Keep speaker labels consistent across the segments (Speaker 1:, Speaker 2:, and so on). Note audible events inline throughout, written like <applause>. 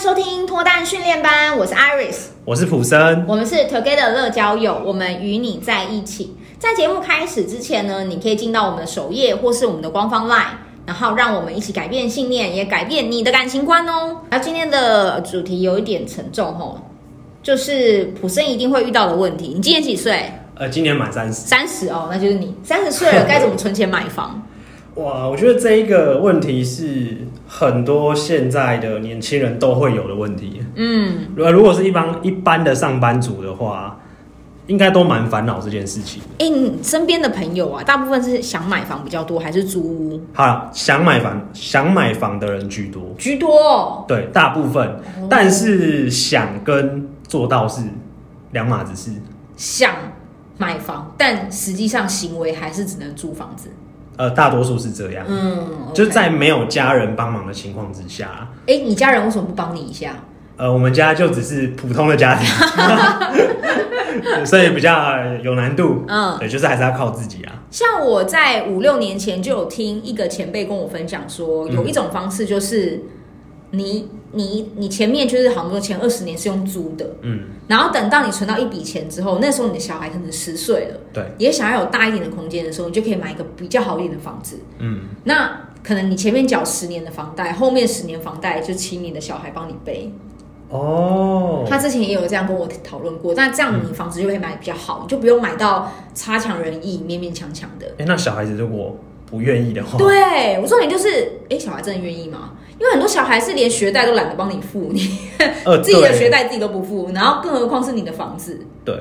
Speaker 1: 收听脱单训练班，我是 Iris，
Speaker 2: 我是普森，
Speaker 1: 我们是 Together 乐交友，我们与你在一起。在节目开始之前呢，你可以进到我们的首页或是我们的官方 LINE，然后让我们一起改变信念，也改变你的感情观哦。那今天的主题有一点沉重哦，就是普森一定会遇到的问题。你今年几岁？
Speaker 2: 呃，今年满三十。
Speaker 1: 三十哦，那就是你三十岁 <laughs> 了，该怎么存钱买房？
Speaker 2: 哇，我觉得这一个问题是很多现在的年轻人都会有的问题。
Speaker 1: 嗯，
Speaker 2: 如如果是一般一般的上班族的话，应该都蛮烦恼这件事情。
Speaker 1: 哎、你身边的朋友啊，大部分是想买房比较多，还是租屋
Speaker 2: 好啦，想买房想买房的人居多，
Speaker 1: 居多、哦？
Speaker 2: 对，大部分。但是想跟做到是两码子事。
Speaker 1: 想买房，但实际上行为还是只能租房子。
Speaker 2: 呃，大多数是这样，
Speaker 1: 嗯，
Speaker 2: 就是
Speaker 1: OK
Speaker 2: 在没有家人帮忙的情况之下，
Speaker 1: 哎、你家人为什么不帮你一下？
Speaker 2: 呃，我们家就只是普通的
Speaker 1: <laughs>
Speaker 2: 家庭，所以比较有难度。
Speaker 1: 嗯，
Speaker 2: 对，就是还是要靠自己啊。
Speaker 1: 像我在五六年前就有听一个前辈跟我分享说，有一种方式就是你你你前面就是好多前二十年是用租的，
Speaker 2: 嗯，
Speaker 1: 然后等到你存到一笔钱之后，那时候你的小孩可能十岁了，
Speaker 2: 对，
Speaker 1: 也想要有大一点的空间的时候，你就可以买一个比较好一点的房子。
Speaker 2: 嗯，
Speaker 1: 那可能你前面缴十年的房贷，后面十年房贷就请你的小孩帮你背。
Speaker 2: 哦，嗯
Speaker 1: 他之前也有这样跟我讨论过，那这样你房子就会买比较好，你就不用买到差强人意、勉勉强强的。
Speaker 2: 哎、那小孩子如果不愿意的话，
Speaker 1: 对，我重点就是，哎、小孩真的愿意吗？因为很多小孩是连学贷都懒得帮你付，你
Speaker 2: 呃，
Speaker 1: 自己的
Speaker 2: 对
Speaker 1: 学，嗯贷自己都不付，然后更何况是你的房子。
Speaker 2: 对，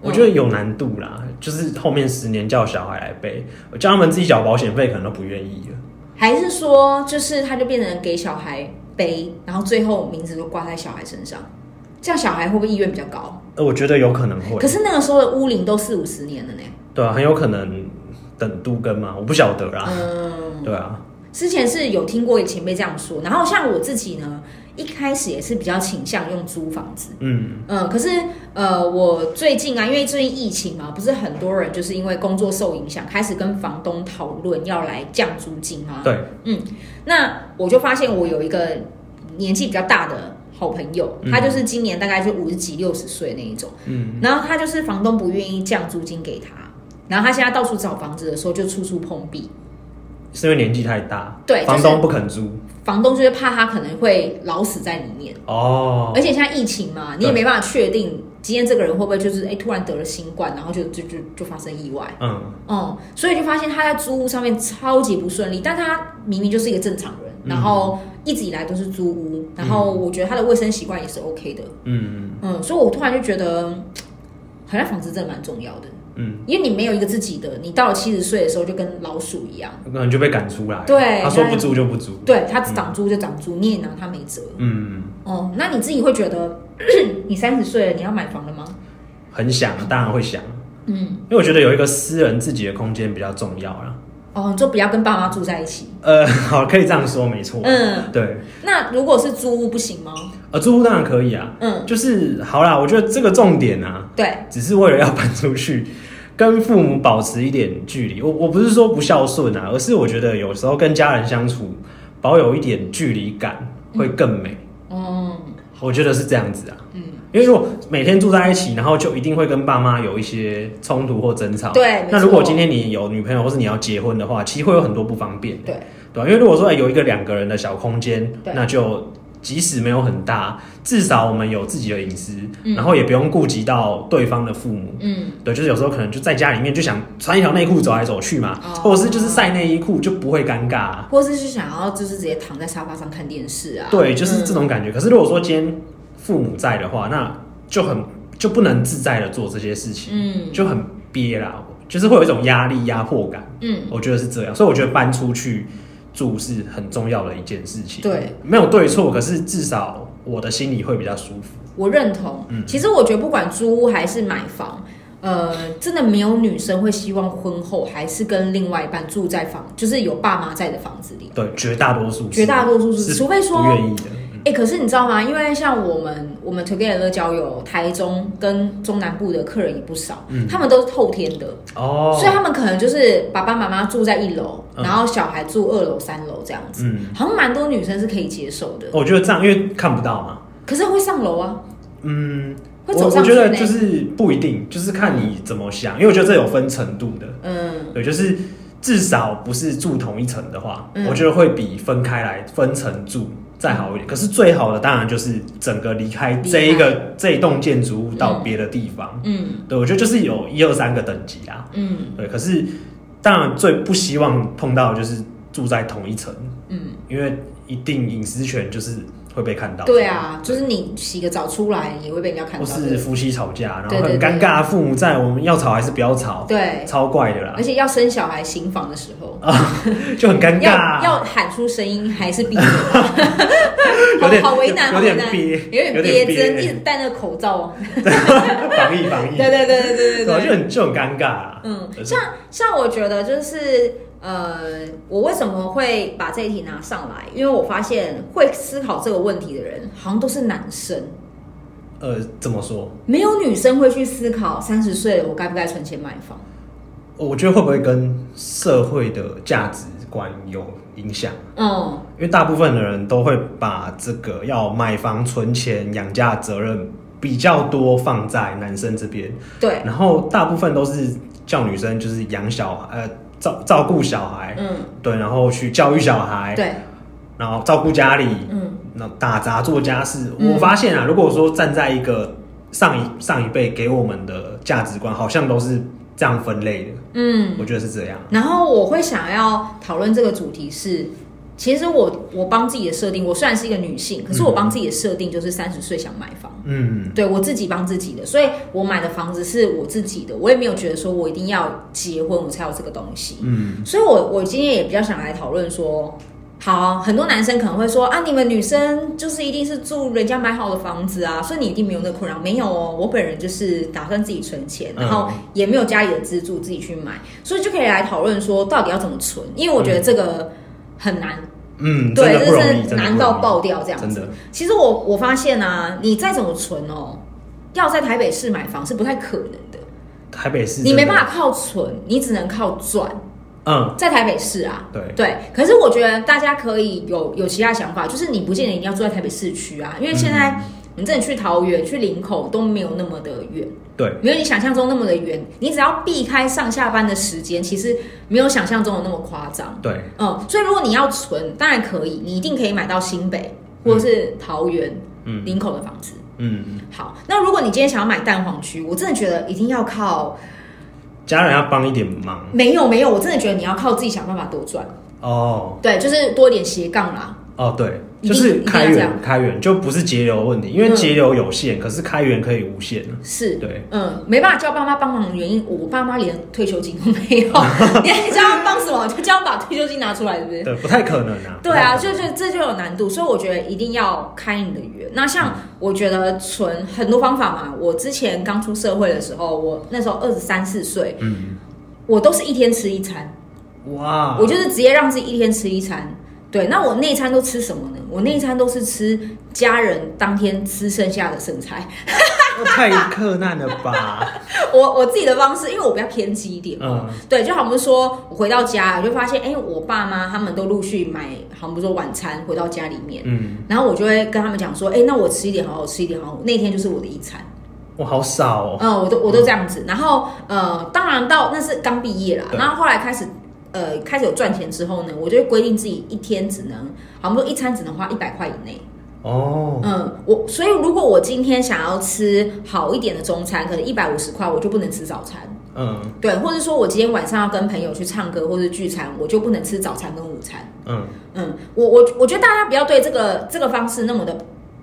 Speaker 2: 我觉得有难度啦。就是后面十年叫小孩来背，我叫他们自己缴保险费，可能都不愿意了。
Speaker 1: 还是说，就是他就变成给小孩背，然后最后名字都挂在小孩身上，这样小孩会不会意愿比较高？
Speaker 2: 呃，我觉得有可能会
Speaker 1: 可，是那个时候的屋龄都四五十年了呢。
Speaker 2: 对啊，很有可能等都跟嘛，我不晓得啦。
Speaker 1: 嗯，
Speaker 2: 对啊，
Speaker 1: 之前是有听过前辈这样说，然后像我自己呢，一开始也是比较倾向用租房子。
Speaker 2: 嗯，
Speaker 1: 嗯，可是呃，我最近啊，因为最近疫情嘛，不是很多人就是因为工作受影响，开始跟房东讨论要来降租金嘛。
Speaker 2: 对，
Speaker 1: 那我就发现我有一个年纪比较大的好朋友，
Speaker 2: 嗯
Speaker 1: 他就是今年大概就五十几、六十岁那一种，
Speaker 2: 嗯，
Speaker 1: 然后他就是房东不愿意降租金给他，然后他现在到处找房子的时候就处处碰壁，
Speaker 2: 是因为年纪太大，
Speaker 1: 对
Speaker 2: 房
Speaker 1: 就
Speaker 2: 东
Speaker 1: 是
Speaker 2: 不肯租。
Speaker 1: 房东就是怕他可能会老死在里面，
Speaker 2: 哦
Speaker 1: 而，且现在疫情嘛，你也没办法确定今天这个人会不会就是哎突然得了新冠，然后就就就就发生意外。
Speaker 2: 嗯，
Speaker 1: 哦、所以就发现他在租屋上面超级不顺利，但他明明就是一个正常人，
Speaker 2: 嗯
Speaker 1: 然后一直以来都是租屋，然后我觉得他的卫生习惯也是 OK 的，
Speaker 2: 嗯
Speaker 1: 嗯，所以我突然就觉得，好像房子真的蛮重要的，
Speaker 2: 嗯，
Speaker 1: 因为你没有一个自己的，你到了七十岁的时候就跟老鼠一样，
Speaker 2: 可能就被赶出来。
Speaker 1: 对
Speaker 2: 他说不租就不租。，
Speaker 1: 对他涨租就涨租，你也拿他没辙，
Speaker 2: 嗯，
Speaker 1: 哦、那你自己会觉得， <clears throat> 你三十岁了，你要买房了吗？
Speaker 2: 很想，当然会想，
Speaker 1: 嗯，
Speaker 2: 因为我觉得有一个私人自己的空间比较重要啦。
Speaker 1: 哦，你就不要跟爸妈住在一起，
Speaker 2: 呃， <laughs> 好，可以这样说，没错。
Speaker 1: 嗯，
Speaker 2: 对，
Speaker 1: 那如果是租屋不行吗？
Speaker 2: 呃，租屋当然可以啊，
Speaker 1: 嗯，
Speaker 2: 就是好啦，我觉得这个重点啊，
Speaker 1: 对。
Speaker 2: 只是为了要搬出去。跟父母保持一点距离，我我不是说不孝顺啊，而是我觉得有时候跟家人相处，保有一点距离感会更美。
Speaker 1: 嗯，
Speaker 2: 我觉得是这样子啊，嗯，因为如果每天住在一起，然后就一定会跟爸妈有一些冲突或争吵。
Speaker 1: 对没
Speaker 2: 那如果
Speaker 1: 错
Speaker 2: 今天你有女朋友或是你要结婚的话，其实会有很多不方便，
Speaker 1: 对，
Speaker 2: 对吧、因为如果说哎有一个两个人的小空间
Speaker 1: 对，
Speaker 2: 那就即使没有很大，至少我们有自己的隐私，
Speaker 1: 嗯
Speaker 2: 然后也不用顾及到对方的父母。
Speaker 1: 嗯，
Speaker 2: 对，就是有时候可能就在家里面就想穿一条内裤走来走去嘛，
Speaker 1: 哦
Speaker 2: 或者是就是晒内衣裤就不会尴尬啊、
Speaker 1: 或是是想要就是直接躺在沙发上看电视啊。
Speaker 2: 对，就是这
Speaker 1: 嗯
Speaker 2: 种感觉。可是如果说今天父母在的话，那就很就不能自在的做这些事情，
Speaker 1: 嗯
Speaker 2: 就很憋啦，就是会有一种压力、压迫感。
Speaker 1: 嗯，
Speaker 2: 我觉得是这样，所以我觉得搬出去住是很重要的一件事情。
Speaker 1: 对，
Speaker 2: 没有对错，可是至少我的心里会比较舒服。
Speaker 1: 我认同。
Speaker 2: 嗯
Speaker 1: 其实我觉得不管租屋还是买房，呃，真的没有女生会希望婚后还是跟另外一半住在房，就是有爸妈在的房子里。
Speaker 2: 对，绝大多数是
Speaker 1: 绝大多数是，
Speaker 2: 是
Speaker 1: 除非
Speaker 2: 不
Speaker 1: 说。
Speaker 2: 愿意的。
Speaker 1: 哎、可是你知道吗？因为像我们我们 Together 的交友，台中跟中南部的客人也不少，他们都是透天的，
Speaker 2: 嗯哦
Speaker 1: 所以，他们可能就是爸爸妈妈住在一楼，
Speaker 2: 嗯
Speaker 1: 然后小孩住二楼、三楼这样子。
Speaker 2: 嗯，哦
Speaker 1: 好像蛮多女生是可以接受的。
Speaker 2: 我觉得这样，因为看不到嘛，
Speaker 1: 可是会上楼啊，
Speaker 2: 嗯，
Speaker 1: 会
Speaker 2: 我
Speaker 1: 走
Speaker 2: 我
Speaker 1: 上去
Speaker 2: 觉
Speaker 1: 呢
Speaker 2: 得就是不一定，就是看你怎么想，因为我觉得这有分程度的。
Speaker 1: 嗯，
Speaker 2: 对，就是至少不是住同一层的话，
Speaker 1: 嗯
Speaker 2: 我觉得会比分开来分层住再好一点。可是最好的当然就是整个离开这一个这一栋建筑物到别的地方。
Speaker 1: 嗯
Speaker 2: 对，我觉得就是有一二三个等级啦。
Speaker 1: 嗯
Speaker 2: 对，可是当然最不希望碰到的就是住在同一层，
Speaker 1: 嗯，
Speaker 2: 因为一定隐私权就是会被看到。
Speaker 1: 对。啊，就是你洗个澡出来也会被人家看
Speaker 2: 或
Speaker 1: 到，
Speaker 2: 是夫妻吵架，然后
Speaker 1: 对对
Speaker 2: 很
Speaker 1: 对
Speaker 2: 尴尬，父母在，我们要吵还是不要吵？
Speaker 1: 对，
Speaker 2: 超怪的啦
Speaker 1: 而，且要生小孩行房的时候，
Speaker 2: 就很尴尬
Speaker 1: 要
Speaker 2: 啊。
Speaker 1: 要喊出声音还是闭
Speaker 2: <laughs>
Speaker 1: 嘴，好
Speaker 2: 有点
Speaker 1: 好为难，
Speaker 2: 有
Speaker 1: 好
Speaker 2: 有
Speaker 1: 为
Speaker 2: 点
Speaker 1: 难，
Speaker 2: 憋
Speaker 1: 有点
Speaker 2: 有点
Speaker 1: 憋，
Speaker 2: 憋
Speaker 1: 只能一直戴那个口罩。
Speaker 2: <laughs> 防疫防疫，
Speaker 1: 对对对对对对
Speaker 2: 对啊，就
Speaker 1: 对，
Speaker 2: 很就很尴尬啦。
Speaker 1: 嗯，
Speaker 2: 可是
Speaker 1: 像像我觉得就是呃，我为什么会把这一题拿上来？因为我发现会思考这个问题的人，好像都是男生。
Speaker 2: 呃，怎么说？
Speaker 1: 没有女生会去思考三十岁了我该不该存钱买房，
Speaker 2: 我觉得会不会跟社会的价值观有影响？
Speaker 1: 嗯，
Speaker 2: 因为大部分的人都会把这个要买房、存钱、养家的责任比较多放在男生这边，
Speaker 1: 对，
Speaker 2: 然后大部分都是叫女生就是养小孩，呃，照照顾小孩，
Speaker 1: 嗯，
Speaker 2: 对，然后去教育小孩，
Speaker 1: 对，
Speaker 2: 然后照顾家里，
Speaker 1: 嗯
Speaker 2: 那打杂做家事，
Speaker 1: 嗯
Speaker 2: 我发现啊，如果说站在一个上一上一辈给我们的价值观，好像都是这样分类的，
Speaker 1: 嗯。
Speaker 2: 我觉得是这样。
Speaker 1: 然后我会想要讨论这个主题是，其实我我帮自己的设定，我虽然是一个女性，可是我帮自己的设定就是三十岁想买房，
Speaker 2: 嗯，
Speaker 1: 对我自己帮自己的，所以我买的房子是我自己的，我也没有觉得说我一定要结婚我才有这个东西，
Speaker 2: 嗯，
Speaker 1: 所以我我今天也比较想来讨论说。好，很多男生可能会说啊，你们女生就是一定是住人家买好的房子啊，所以你一定没有那困扰。没有哦，我本人就是打算自己存钱，
Speaker 2: 嗯
Speaker 1: 然后也没有家里的资助，自己去买，所以就可以来讨论说到底要怎么存，因为我觉得这个很难，
Speaker 2: 嗯，真
Speaker 1: 对，
Speaker 2: 的不容易，
Speaker 1: 这
Speaker 2: 真
Speaker 1: 是
Speaker 2: 的
Speaker 1: 难
Speaker 2: 不
Speaker 1: 到
Speaker 2: 容易
Speaker 1: 爆掉这样
Speaker 2: 真
Speaker 1: 子
Speaker 2: 的。，
Speaker 1: 其实我我发现啊，你再怎么存哦，要在台北市买房是不太可能的，
Speaker 2: 台北市
Speaker 1: 你没办
Speaker 2: 法，
Speaker 1: 法靠存，你只能靠赚，
Speaker 2: 嗯，
Speaker 1: 在台北市啊，
Speaker 2: 对，
Speaker 1: 对，可是我觉得大家可以有有其他想法，就是你不见得一定要住在台北市区啊，因为现
Speaker 2: 嗯
Speaker 1: 在你真的去桃园、去林口都没有那么的远，
Speaker 2: 对，
Speaker 1: 没有你想象中那么的远。你只要避开上下班的时间，其实没有想象中的那么夸张。
Speaker 2: 对，
Speaker 1: 嗯，所以如果你要存，当然可以，你一定可以买到新北或者是桃园、
Speaker 2: 嗯
Speaker 1: 林口的房子。
Speaker 2: 嗯，
Speaker 1: 好，那如果你今天想要买蛋黄区，我真的觉得一定要靠
Speaker 2: 家人要帮一点忙
Speaker 1: 没有没有，我真的觉得你要靠自己想办法多赚，
Speaker 2: 哦，
Speaker 1: 对，就是多一点斜杠啦。
Speaker 2: 哦，对，
Speaker 1: 一定
Speaker 2: 就是开
Speaker 1: 一定要这
Speaker 2: 源，开源就不是节流问题，因为
Speaker 1: 嗯
Speaker 2: 节流有限，可是开源可以无限，
Speaker 1: 是，
Speaker 2: 对，
Speaker 1: 嗯，没办法叫爸妈帮忙的原因，我爸妈连退休金都没 <laughs> 有，你还叫他帮什么？就叫他把退休金拿出来，对不对？
Speaker 2: 对，不太可能啊，
Speaker 1: 对啊，
Speaker 2: 不太可
Speaker 1: 就就这就有难度，所以我觉得一定要开你的源。那像我觉得存很多方法嘛，我之前刚出社会的时候，我那时候二十三四岁，
Speaker 2: 能嗯，
Speaker 1: 我都是一天吃一餐，
Speaker 2: 哇，
Speaker 1: 我就是直接让自己一天吃一餐。对，那我那一餐都吃什么呢？我那一餐都是吃家人当天吃剩下的剩菜。
Speaker 2: 太困难了吧？
Speaker 1: 我我自己的方式，因为我比较偏激一点，
Speaker 2: 嗯，
Speaker 1: 对，就好比说，我回到家就发现，哎、我爸妈他们都陆续买，好比说晚餐回到家里面，
Speaker 2: 嗯，
Speaker 1: 然后我就会跟他们讲说，哎、那我吃一点好，我吃一点好，那天就是我的一餐，
Speaker 2: 我好少哦。
Speaker 1: 嗯，我都我都这样子。然后呃，当然到那是刚毕业啦，
Speaker 2: 对
Speaker 1: 然后后来开始呃开始有赚钱之后呢，我就会规定自己一天只能，好比说一餐只能花一百块以内，
Speaker 2: 哦，
Speaker 1: 嗯，我所以如果我今天想要吃好一点的中餐，可能一百五十块我就不能吃早餐。
Speaker 2: 嗯
Speaker 1: 对，或者说我今天晚上要跟朋友去唱歌或者聚餐，我就不能吃早餐跟午餐。
Speaker 2: 嗯，
Speaker 1: 嗯，我我我觉得大家不要对这个这个方式那么的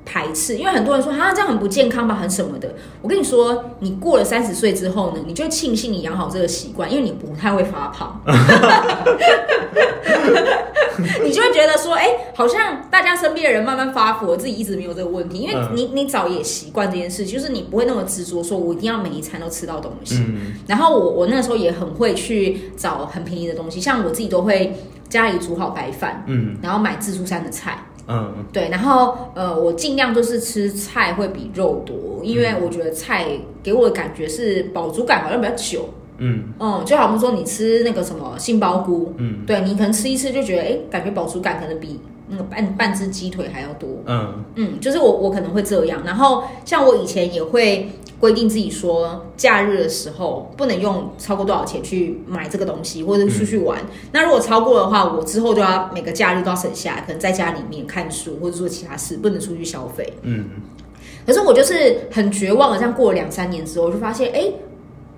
Speaker 1: 排斥，因为很多人说啊这样很不健康吧，很什么的。我跟你说，你过了三十岁之后呢，你就会庆幸你养好这个习惯，因为你不太会发胖， <laughs> 你就会觉得说，哎、好像大家身边的人慢慢发福，我自己一直没有这个问题，因为
Speaker 2: 嗯
Speaker 1: 你你早也习惯这件事，就是你不会那么执着，说我一定要每一餐都吃到东西。
Speaker 2: 嗯，
Speaker 1: 然后我我那时候也很会去找很便宜的东西，像我自己都会家里煮好白饭，
Speaker 2: 嗯，
Speaker 1: 然后买自助餐的菜，
Speaker 2: 嗯，
Speaker 1: 对，然后呃我尽量就是吃菜会比肉多，因
Speaker 2: 嗯
Speaker 1: 为我觉得菜给我的感觉是饱足感好像比较久，
Speaker 2: 嗯，
Speaker 1: 嗯，就好比说你吃那个什么杏鲍菇，
Speaker 2: 嗯，
Speaker 1: 对你可能吃一次就觉得哎感觉饱足感可能比那个半半只鸡腿还要多。
Speaker 2: 嗯，
Speaker 1: 嗯，就是我我可能会这样，然后像我以前也会规定自己说，假日的时候不能用超过多少钱去买这个东西，或者出去玩。那如果超过的话，我之后就要每个假日都要省下来，可能在家里面看书或者做其他事，不能出去消费。
Speaker 2: 嗯，
Speaker 1: 可是我就是很绝望的，这样过了两三年之后，我就发现，哎、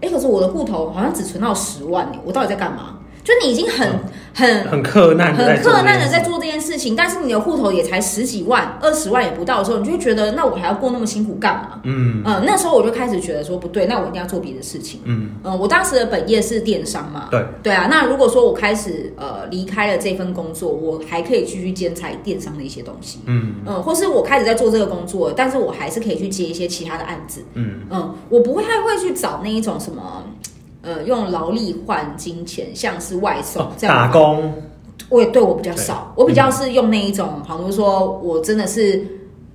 Speaker 1: 哎、可是我的户头好像只存到十万、欸，我到底在干嘛？就你已经很很
Speaker 2: 很困难，
Speaker 1: 很困难的在，做这件事情，但是你的户头也才十几万、二十万也不到的时候，你就会觉得那我还要过那么辛苦干嘛？
Speaker 2: 嗯
Speaker 1: 嗯，那时候我就开始觉得说不对，那我一定要做别的事情。
Speaker 2: 嗯，
Speaker 1: 嗯，我当时的本业是电商嘛，
Speaker 2: 对，
Speaker 1: 对啊。那如果说我开始呃离开了这份工作，我还可以继续兼差电商的一些东西，
Speaker 2: 嗯
Speaker 1: 嗯，或是我开始在做这个工作，但是我还是可以去接一些其他的案子，
Speaker 2: 嗯
Speaker 1: 嗯，我不会太会去找那一种什么呃用劳力换金钱，像是外送、
Speaker 2: 哦，
Speaker 1: 这样
Speaker 2: 打工，
Speaker 1: 我也对我比较少，我比较是用那一种，好比说，我真的是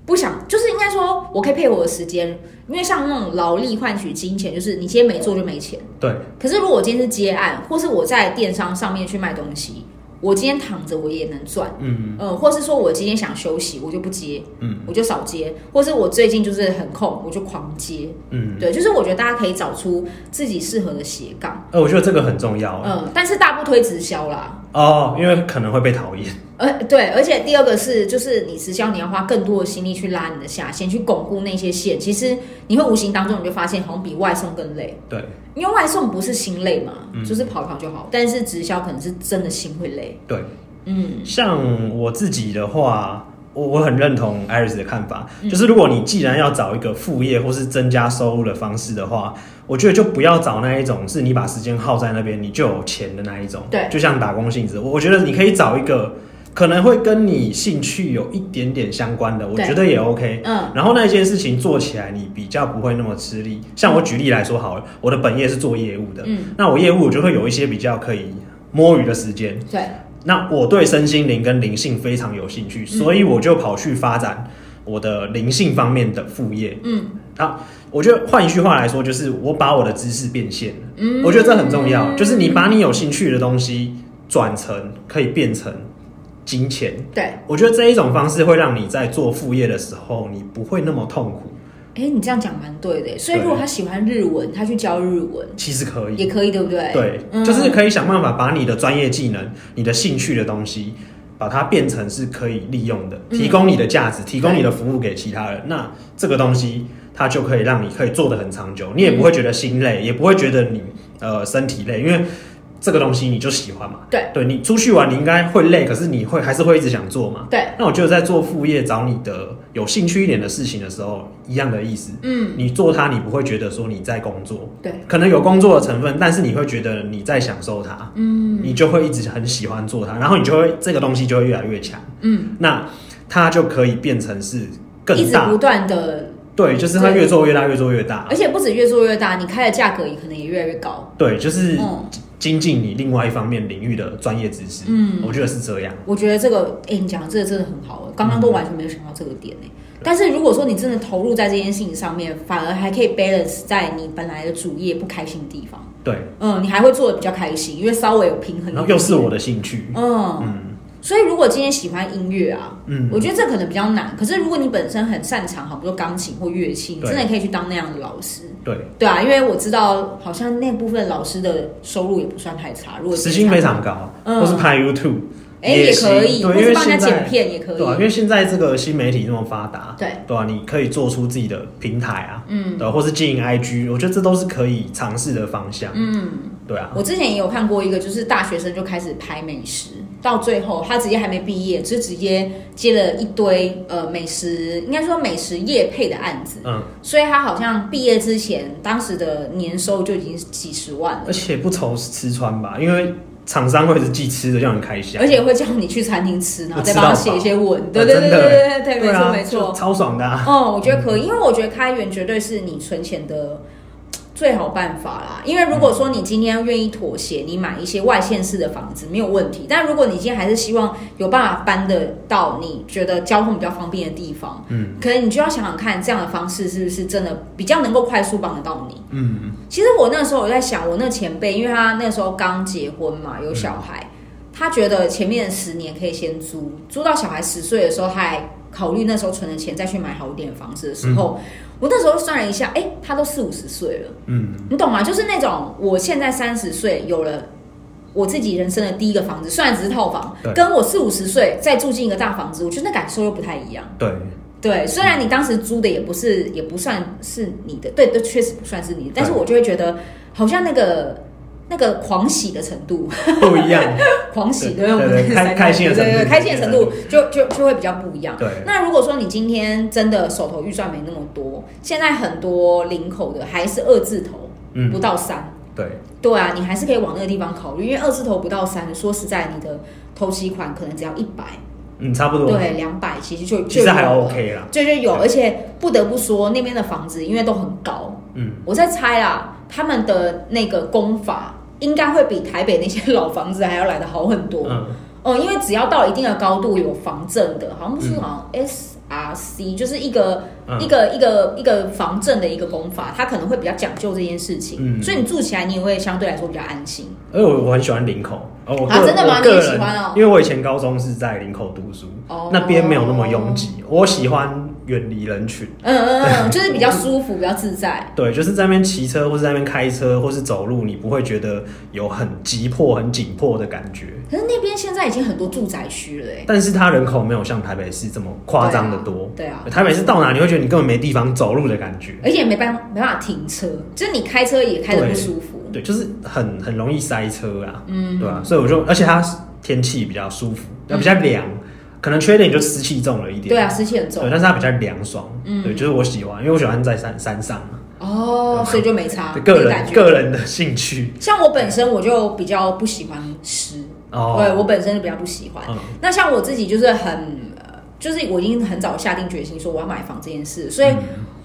Speaker 1: 不想，就是应该说，我可以配合我的时间，因为像那种劳力换取金钱，就是你今天没做就没钱。
Speaker 2: 对，
Speaker 1: 可是如果我今天是接案，或是我在电商上面去卖东西，我今天躺着我也能赚，
Speaker 2: 嗯
Speaker 1: 嗯，或是说我今天想休息，我就不接，
Speaker 2: 嗯
Speaker 1: 我就少接，或是我最近就是很空，我就狂接。
Speaker 2: 嗯，
Speaker 1: 对，就是我觉得大家可以找出自己适合的斜杠，
Speaker 2: 哎，我觉得这个很重要
Speaker 1: 嗯，但是大不推直销啦。
Speaker 2: 哦，因为可能会被讨厌，
Speaker 1: 呃，对，而且第二个是，就是你直销，你要花更多的心力去拉你的下线，去巩固那些线。其实你会无形当中你就发现，好像比外送更累，
Speaker 2: 对
Speaker 1: 因为外送不是心累嘛，
Speaker 2: 嗯
Speaker 1: 就是跑一跑就好。但是直销可能是真的心会累。
Speaker 2: 对。
Speaker 1: 嗯
Speaker 2: 像我自己的话，我我很认同 Iris 的看法，
Speaker 1: 嗯
Speaker 2: 就是如果你既然要找一个副业或是增加收入的方式的话，我觉得就不要找那一种是你把时间耗在那边你就有钱的那一种，
Speaker 1: 对
Speaker 2: 就像打工性质，我我觉得你可以找一个可能会跟你兴趣有一点点相关的，我
Speaker 1: 对
Speaker 2: 觉得也 OK。
Speaker 1: 嗯
Speaker 2: 然后那件事情做起来，你比较不会那么吃力。像我举例来说好了，我的本业是做业务的，
Speaker 1: 嗯，
Speaker 2: 那我业务我就会有一些比较可以摸鱼的时间，
Speaker 1: 对，
Speaker 2: 那我对身心灵跟灵性非常有兴趣，所以我就跑去发展我的灵性方面的副业。
Speaker 1: 嗯
Speaker 2: 啊，我觉得换一句话来说，就是我把我的知识变现了。
Speaker 1: 嗯，
Speaker 2: 我觉得这很重要，就是你把你有兴趣的东西转成可以变成金钱。
Speaker 1: 对，哎、
Speaker 2: 我觉得这一种方式会让你在做副业的时候，你不会那么痛苦。
Speaker 1: 你这样讲蛮对的。所以如果他喜欢日文，他去教日文
Speaker 2: 其实可以，
Speaker 1: 也可以，对不对？
Speaker 2: 嗯对，
Speaker 1: 嗯
Speaker 2: 就是可以想办法把你的专业技能、你的兴趣的东西，把它变成是可以利用的，
Speaker 1: 嗯
Speaker 2: 提供你的价值，提供你的服务给其他人。那这个东西它就可以让你可以做得很长久，你也不会觉得心
Speaker 1: 嗯
Speaker 2: 累，也不会觉得你呃身体累，因为这个东西你就喜欢嘛。
Speaker 1: 对，
Speaker 2: 对你出去玩你应该会累，可是你会还是会一直想做嘛。
Speaker 1: 对，
Speaker 2: 那我觉得在做副业找你的有兴趣一点的事情的时候，一样的意思。
Speaker 1: 嗯
Speaker 2: 你做它，你不会觉得说你在工作，
Speaker 1: 对，
Speaker 2: 可能有工作的成分，但是你会觉得你在享受它，
Speaker 1: 嗯
Speaker 2: 你就会一直很喜欢做它，然后你就会这个东西就会越来越强，
Speaker 1: 嗯，
Speaker 2: 那它就可以变成是
Speaker 1: 一
Speaker 2: 更
Speaker 1: 直
Speaker 2: 大
Speaker 1: 不，断的，
Speaker 2: 对，就是它越做越大，越做越大
Speaker 1: 而，且不止越做越大，你开的价格也可能也越来越高。
Speaker 2: 对，就是
Speaker 1: 嗯
Speaker 2: 精进你另外一方面领域的专业知识，
Speaker 1: 嗯
Speaker 2: 我觉得是这样，
Speaker 1: 我觉得这个，哎、你讲的这个真的很好，刚刚都完全没有想到这个
Speaker 2: 嗯
Speaker 1: 点哎、但是如果说你真的投入在这件事情上面，反而还可以 balance 在你本来的主业不开心的地方，
Speaker 2: 对，
Speaker 1: 嗯，你还会做的比较开心，因为稍微有平衡一点。
Speaker 2: 然后又是我的兴趣，
Speaker 1: 嗯，
Speaker 2: 嗯
Speaker 1: 所以如果今天喜欢音乐啊，
Speaker 2: 嗯
Speaker 1: 我觉得这可能比较难。可是如果你本身很擅长，好比说钢琴或乐器，你
Speaker 2: 对
Speaker 1: 真的可以去当那样的老师。
Speaker 2: 对，
Speaker 1: 对啊，因为我知道好像那部分老师的收入也不算太差，如果
Speaker 2: 时薪非
Speaker 1: 常
Speaker 2: 常高，
Speaker 1: 嗯
Speaker 2: 或是拍 YouTube，
Speaker 1: 哎也可以，
Speaker 2: 行
Speaker 1: 或
Speaker 2: 对，
Speaker 1: 是
Speaker 2: 因为
Speaker 1: 帮人
Speaker 2: 现
Speaker 1: 家剪
Speaker 2: 在。
Speaker 1: 片也可
Speaker 2: 对啊，因
Speaker 1: 以，
Speaker 2: 为现在这个新媒体那么发达，
Speaker 1: 对
Speaker 2: 对啊，你可以做出自己的平台啊，
Speaker 1: 嗯
Speaker 2: 对啊，或是经营 IG，我觉得这都是可以尝试的方向，
Speaker 1: 嗯。
Speaker 2: 对啊，
Speaker 1: 我之前也有看过一个，就是大学生就开始拍美食，到最后他直接还没毕业，就直接接了一堆呃美食，应该说美食业配的案子，
Speaker 2: 嗯，
Speaker 1: 所以他好像毕业之前，当时的年收就已经几十万了
Speaker 2: 而。且不愁吃穿吧，因为厂商会是寄吃的，让人开箱
Speaker 1: 而，且会叫你去餐厅吃，然后再帮他写一些文，对
Speaker 2: 我
Speaker 1: 对
Speaker 2: 知
Speaker 1: 对
Speaker 2: 道
Speaker 1: 对
Speaker 2: 吧
Speaker 1: 对呃对，没错
Speaker 2: 啊，
Speaker 1: 没错
Speaker 2: 就。超爽的啊，
Speaker 1: 哦，我觉得可以，因为我觉得开源绝对是你存钱的最好办法啦。因为如果说你今天愿意妥协，你买一些外县市的房子没有问题，但如果你今天还是希望有办法搬得到你觉得交通比较方便的地方，
Speaker 2: 嗯
Speaker 1: 可能你就要想想看，这样的方式是不是真的比较能够快速帮得到你。
Speaker 2: 嗯，
Speaker 1: 其实我那时候我在想，我那前辈，因为他那时候刚结婚嘛，有小孩，他他觉得前面十年可以先租，租到小孩十岁的时候，他还考虑那时候存的钱再去买好一点的房子的时候，我那时候算了一下，哎、他都四五十岁了，
Speaker 2: 嗯，
Speaker 1: 你懂吗？就是那种我现在三十岁有了。我自己人生的第一个房子，虽然只是套房
Speaker 2: 对，
Speaker 1: 跟我四五十岁再住进一个大房子，我觉得那感受又不太一样。
Speaker 2: 对，
Speaker 1: 对，虽然你当时租的也不是，也不算是你的，对，对，确实不算是你的，但是我就会觉得好像那个那个狂喜的程度，
Speaker 2: 不一样，
Speaker 1: 狂喜，
Speaker 2: 对
Speaker 1: 对，我们
Speaker 2: 对对开
Speaker 1: 三个
Speaker 2: 开心的程度
Speaker 1: 对对对开心的程度就就就会比较不一样。
Speaker 2: 对，
Speaker 1: 那如果说你今天真的手头预算没那么多，现在很多领口的还是二字头，
Speaker 2: 嗯
Speaker 1: 不，到三，
Speaker 2: 对，
Speaker 1: 对啊，你还是可以往那个地方考虑，因为二字头不到三，说实在，你的头期款可能只要一百，
Speaker 2: 嗯，差不多，
Speaker 1: 对，两百其实就
Speaker 2: 其实还
Speaker 1: 就有了
Speaker 2: OK 啦，
Speaker 1: 就就有，
Speaker 2: 对
Speaker 1: 而且不得不说那边的房子因为都很高，
Speaker 2: 嗯，
Speaker 1: 我在猜啦，他们的那个工法应该会比台北那些老房子还要来的好很多。
Speaker 2: 嗯，
Speaker 1: 哦、因为只要到一定的高度有防震的，好像不是
Speaker 2: 嗯
Speaker 1: 好像 SRC，、就是一个、
Speaker 2: 嗯
Speaker 1: 一个一个一个防震的一个工法，它可能会比较讲究这件事情，
Speaker 2: 嗯
Speaker 1: 所以你住起来你也会相对来说比较安心。
Speaker 2: 而且我我很喜欢林口，哦，我
Speaker 1: 啊
Speaker 2: 个
Speaker 1: 真的吗
Speaker 2: 我个
Speaker 1: 你也喜欢哦
Speaker 2: 人，因为我以前高中是在林口读书，
Speaker 1: 哦
Speaker 2: 那边没有那么拥挤，我喜欢远离人群。
Speaker 1: 嗯嗯
Speaker 2: <laughs>
Speaker 1: 嗯，就是比较舒服，比较自在。
Speaker 2: 对，就是在那边骑车，或是在那边开车，或是走路，你不会觉得有很急迫、很紧迫的感觉。
Speaker 1: 可是那边现在已经很多住宅区了、欸，
Speaker 2: 但是它人口没有像台北市这么夸张的多。
Speaker 1: 对啊对哎
Speaker 2: 台北市到哪你会觉得你根本没地方走路的感觉。
Speaker 1: 而且也没办法没办法停车，就是你开车也开得不舒服。
Speaker 2: 对，就是很很容易塞车啊，
Speaker 1: 嗯
Speaker 2: 对啊，所以我就，而且它天气比较舒服，呃
Speaker 1: 嗯
Speaker 2: 比较凉，可能缺点就湿气重了一点。
Speaker 1: 对啊，湿气很重
Speaker 2: 对，但是它比较凉爽，
Speaker 1: 嗯
Speaker 2: 对，就是我喜欢，因为我喜欢在山山上嘛，
Speaker 1: 哦，所以就没差。
Speaker 2: 对个
Speaker 1: 没感
Speaker 2: 人
Speaker 1: 觉
Speaker 2: 个人的兴趣
Speaker 1: 像我本身我就比较不喜欢湿，
Speaker 2: 哦，
Speaker 1: 对我本身就比较不喜欢。
Speaker 2: 嗯
Speaker 1: 那像我自己就是很，呃就是我已经很早下定决心说我要买房这件事，所以
Speaker 2: 嗯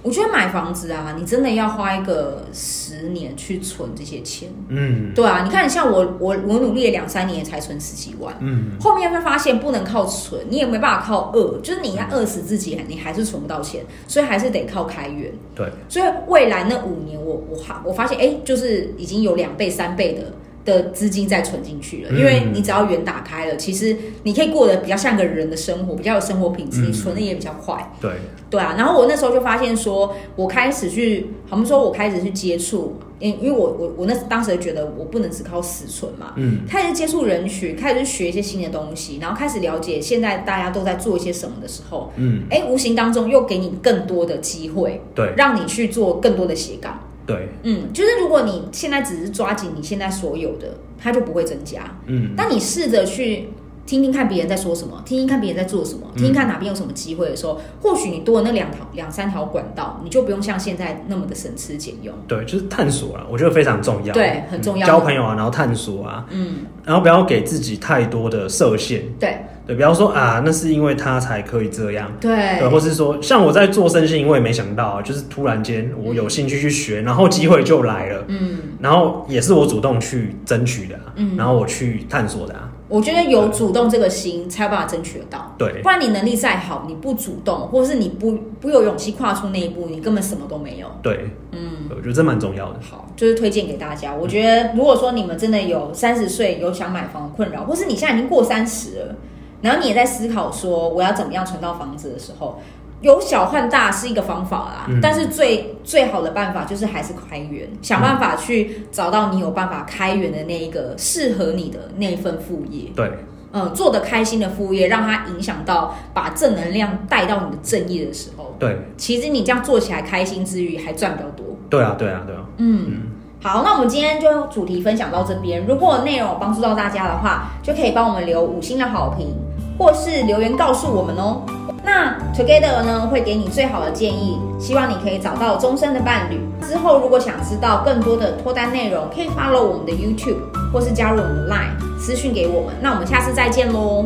Speaker 1: 我觉得买房子啊，你真的要花一个十年去存这些钱。
Speaker 2: 嗯
Speaker 1: 对啊，你看像我我我努力了两三年才存十几万。
Speaker 2: 嗯，
Speaker 1: 后面会发现不能靠存，你也没办法靠饿，就是你要
Speaker 2: 嗯
Speaker 1: 饿死自己，你还是存不到钱，所以还是得靠开源。
Speaker 2: 对，
Speaker 1: 所以未来那五年我，我哈我发现，哎、就是已经有两倍、三倍的的资金在存进去了，
Speaker 2: 嗯
Speaker 1: 因为你只要源打开了，其实你可以过得比较像个人的生活，比较有生活品质，
Speaker 2: 嗯
Speaker 1: 你存的也比较快。
Speaker 2: 对，
Speaker 1: 对啊，然后我那时候就发现说，我开始去，他们说我开始去接触，因因为我我我那当时觉得我不能只靠死存嘛，
Speaker 2: 嗯
Speaker 1: 开始接触人群，开始去学一些新的东西，然后开始了解现在大家都在做一些什么的时候，
Speaker 2: 嗯，
Speaker 1: 哎，无形当中又给你更多的机会，
Speaker 2: 对
Speaker 1: 让你去做更多的斜杠。
Speaker 2: 对，
Speaker 1: 嗯，就是如果你现在只是抓紧你现在所有的，它就不会增加。
Speaker 2: 嗯
Speaker 1: 当你试着去听听看别人在说什么，听听看别人在做什么，
Speaker 2: 嗯
Speaker 1: 听听看哪边有什么机会的时候，或许你多了那两条两三条管道，你就不用像现在那么的省吃俭用。
Speaker 2: 对，就是探索啊，我觉得非常重要，
Speaker 1: 对很重要
Speaker 2: 嗯交朋友啊，然后探索啊，
Speaker 1: 嗯，
Speaker 2: 然后不要给自己太多的设限，
Speaker 1: 对
Speaker 2: 对，不要说啊，那是因为他才可以这样。
Speaker 1: 对
Speaker 2: 对，或是说，像我在做身心，我也没想到啊，就是突然间我有兴趣去学，然后机会就来了，
Speaker 1: 嗯。
Speaker 2: 然后也是我主动去争取的、啊，
Speaker 1: 嗯
Speaker 2: 然后我去探索的、啊，
Speaker 1: 我觉得有主动这个心，才有办法争取得到。
Speaker 2: 对
Speaker 1: 不然你能力再好，你不主动，或是你不不有勇气跨出那一步，你根本什么都没有。
Speaker 2: 对，
Speaker 1: 嗯，
Speaker 2: 我觉得这蛮重要的，
Speaker 1: 好，就是推荐给大家。我觉得如果说你们真的有三十岁有想买房的困扰，或是你现在已经过三十了，然后你也在思考说我要怎么样存到房子的时候，由小换大是一个方法啦。
Speaker 2: 嗯
Speaker 1: 但是最最好的办法就是还是开源，想办法去找到你有办法开源的那一个适合你的那一份副业。
Speaker 2: 对，
Speaker 1: 嗯，做的开心的副业，让它影响到把正能量带到你的正业的时候，
Speaker 2: 对，
Speaker 1: 其实你这样做起来开心之余，还赚比较多。
Speaker 2: 对啊，对啊，对啊，
Speaker 1: 嗯，好，那我们今天就主题分享到这边。如果内容有帮助到大家的话，就可以帮我们留五星的好评，或是留言告诉我们哦。那 Together 呢会给你最好的建议，希望你可以找到终身的伴侣。之后如果想知道更多的脱单内容，可以 follow 我们的 YouTube 或是加入我们的 Line 私讯给我们。那我们下次再见喽，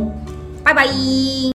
Speaker 1: 拜拜。